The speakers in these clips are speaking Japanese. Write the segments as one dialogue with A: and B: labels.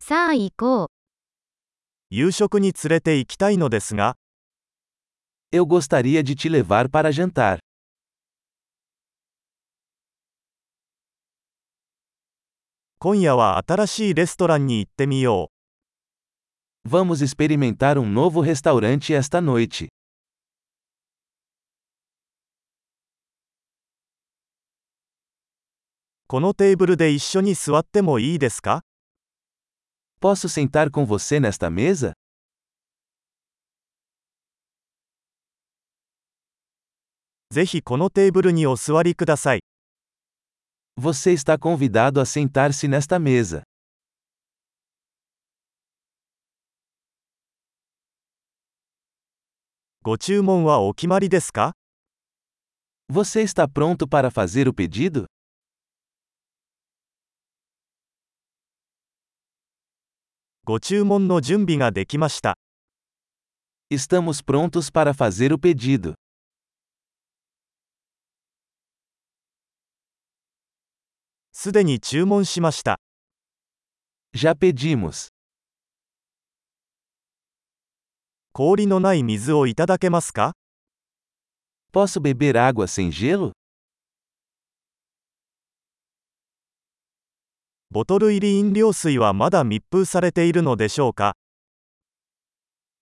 A: さあ行こう。
B: 夕食に連れて行きたいのですが、
C: Eu gostaria de te levar para jantar.
B: 今夜は新しいレストランに行ってみよ
C: Vamos experimentar um novo restaurante esta noite.
B: う。このテーブルで一緒に座ってもいいですか
C: Posso sentar com você nesta mesa?
B: ぜひこのテーブルにお座りください。
C: Você está convidado a sentar-se nesta mesa.
B: ご注文はお決まりですか
C: Você está pronto para fazer o pedido?
B: ご注文の準備ができました。
C: Estamos prontos para fazer o pedido.
B: すでに注文しました。
C: Já pedimos.
B: 氷のない水をいただけますか
C: Posso beber água sem gelo?
B: ボトル入り飲料水はまだ密封されているのでしょうか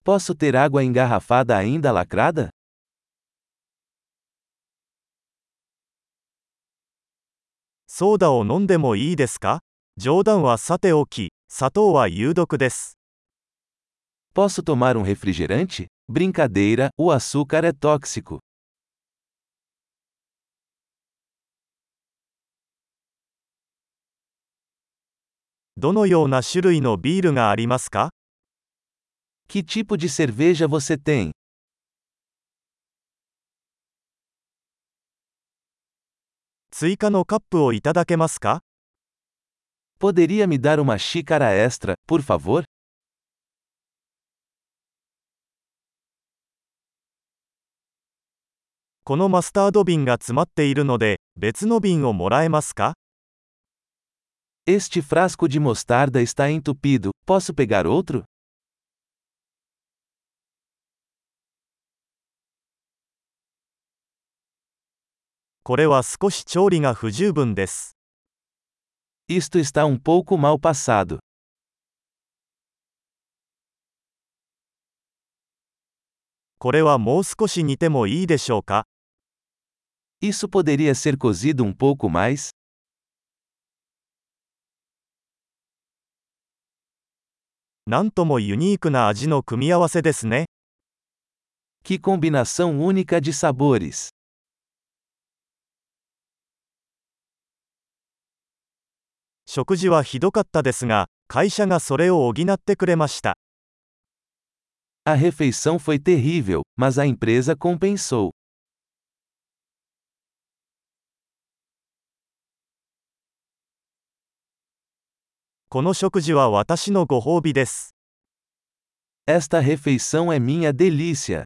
C: Posso ter água engarrafada ainda lacrada?
B: ソーダを飲んでもいいですか冗談はさておき、砂糖は有毒です。
C: Posso tomar um refrigerante? Brincadeira, o açúcar é tóxico.
B: どのような種類のビールがありますか
C: Que tipo de cerveja você tem?
B: 追加のカップをいただけますか
C: Poderia me dar uma xícara extra, por favor?
B: このマスタード瓶が詰まっているので、別の瓶をもらえますか
C: Este frasco de mostarda está entupido, posso pegar outro?
B: これは少し調理が不十分です。
C: Isto está um pouco mal passado.
B: これはもう少し煮てもいいでしょうか
C: Isso poderia ser cozido um pouco mais?
B: なんともユニークな味の組み合わせですね。
C: Que combinação única de sabores!
B: 食事はひどかったですが、会社がそれを補ってくれました。
C: A refeição foi terrível, mas a empresa compensou.
B: この食事は私のご褒美です。
C: Esta refeição é minha delícia.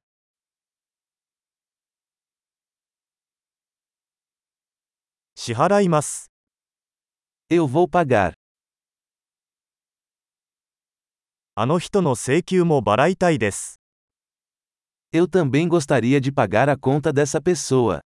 B: 支払います。
C: Eu vou pagar.
B: あの人の請求も払いたいです。
C: Eu também gostaria de pagar a conta dessa pessoa.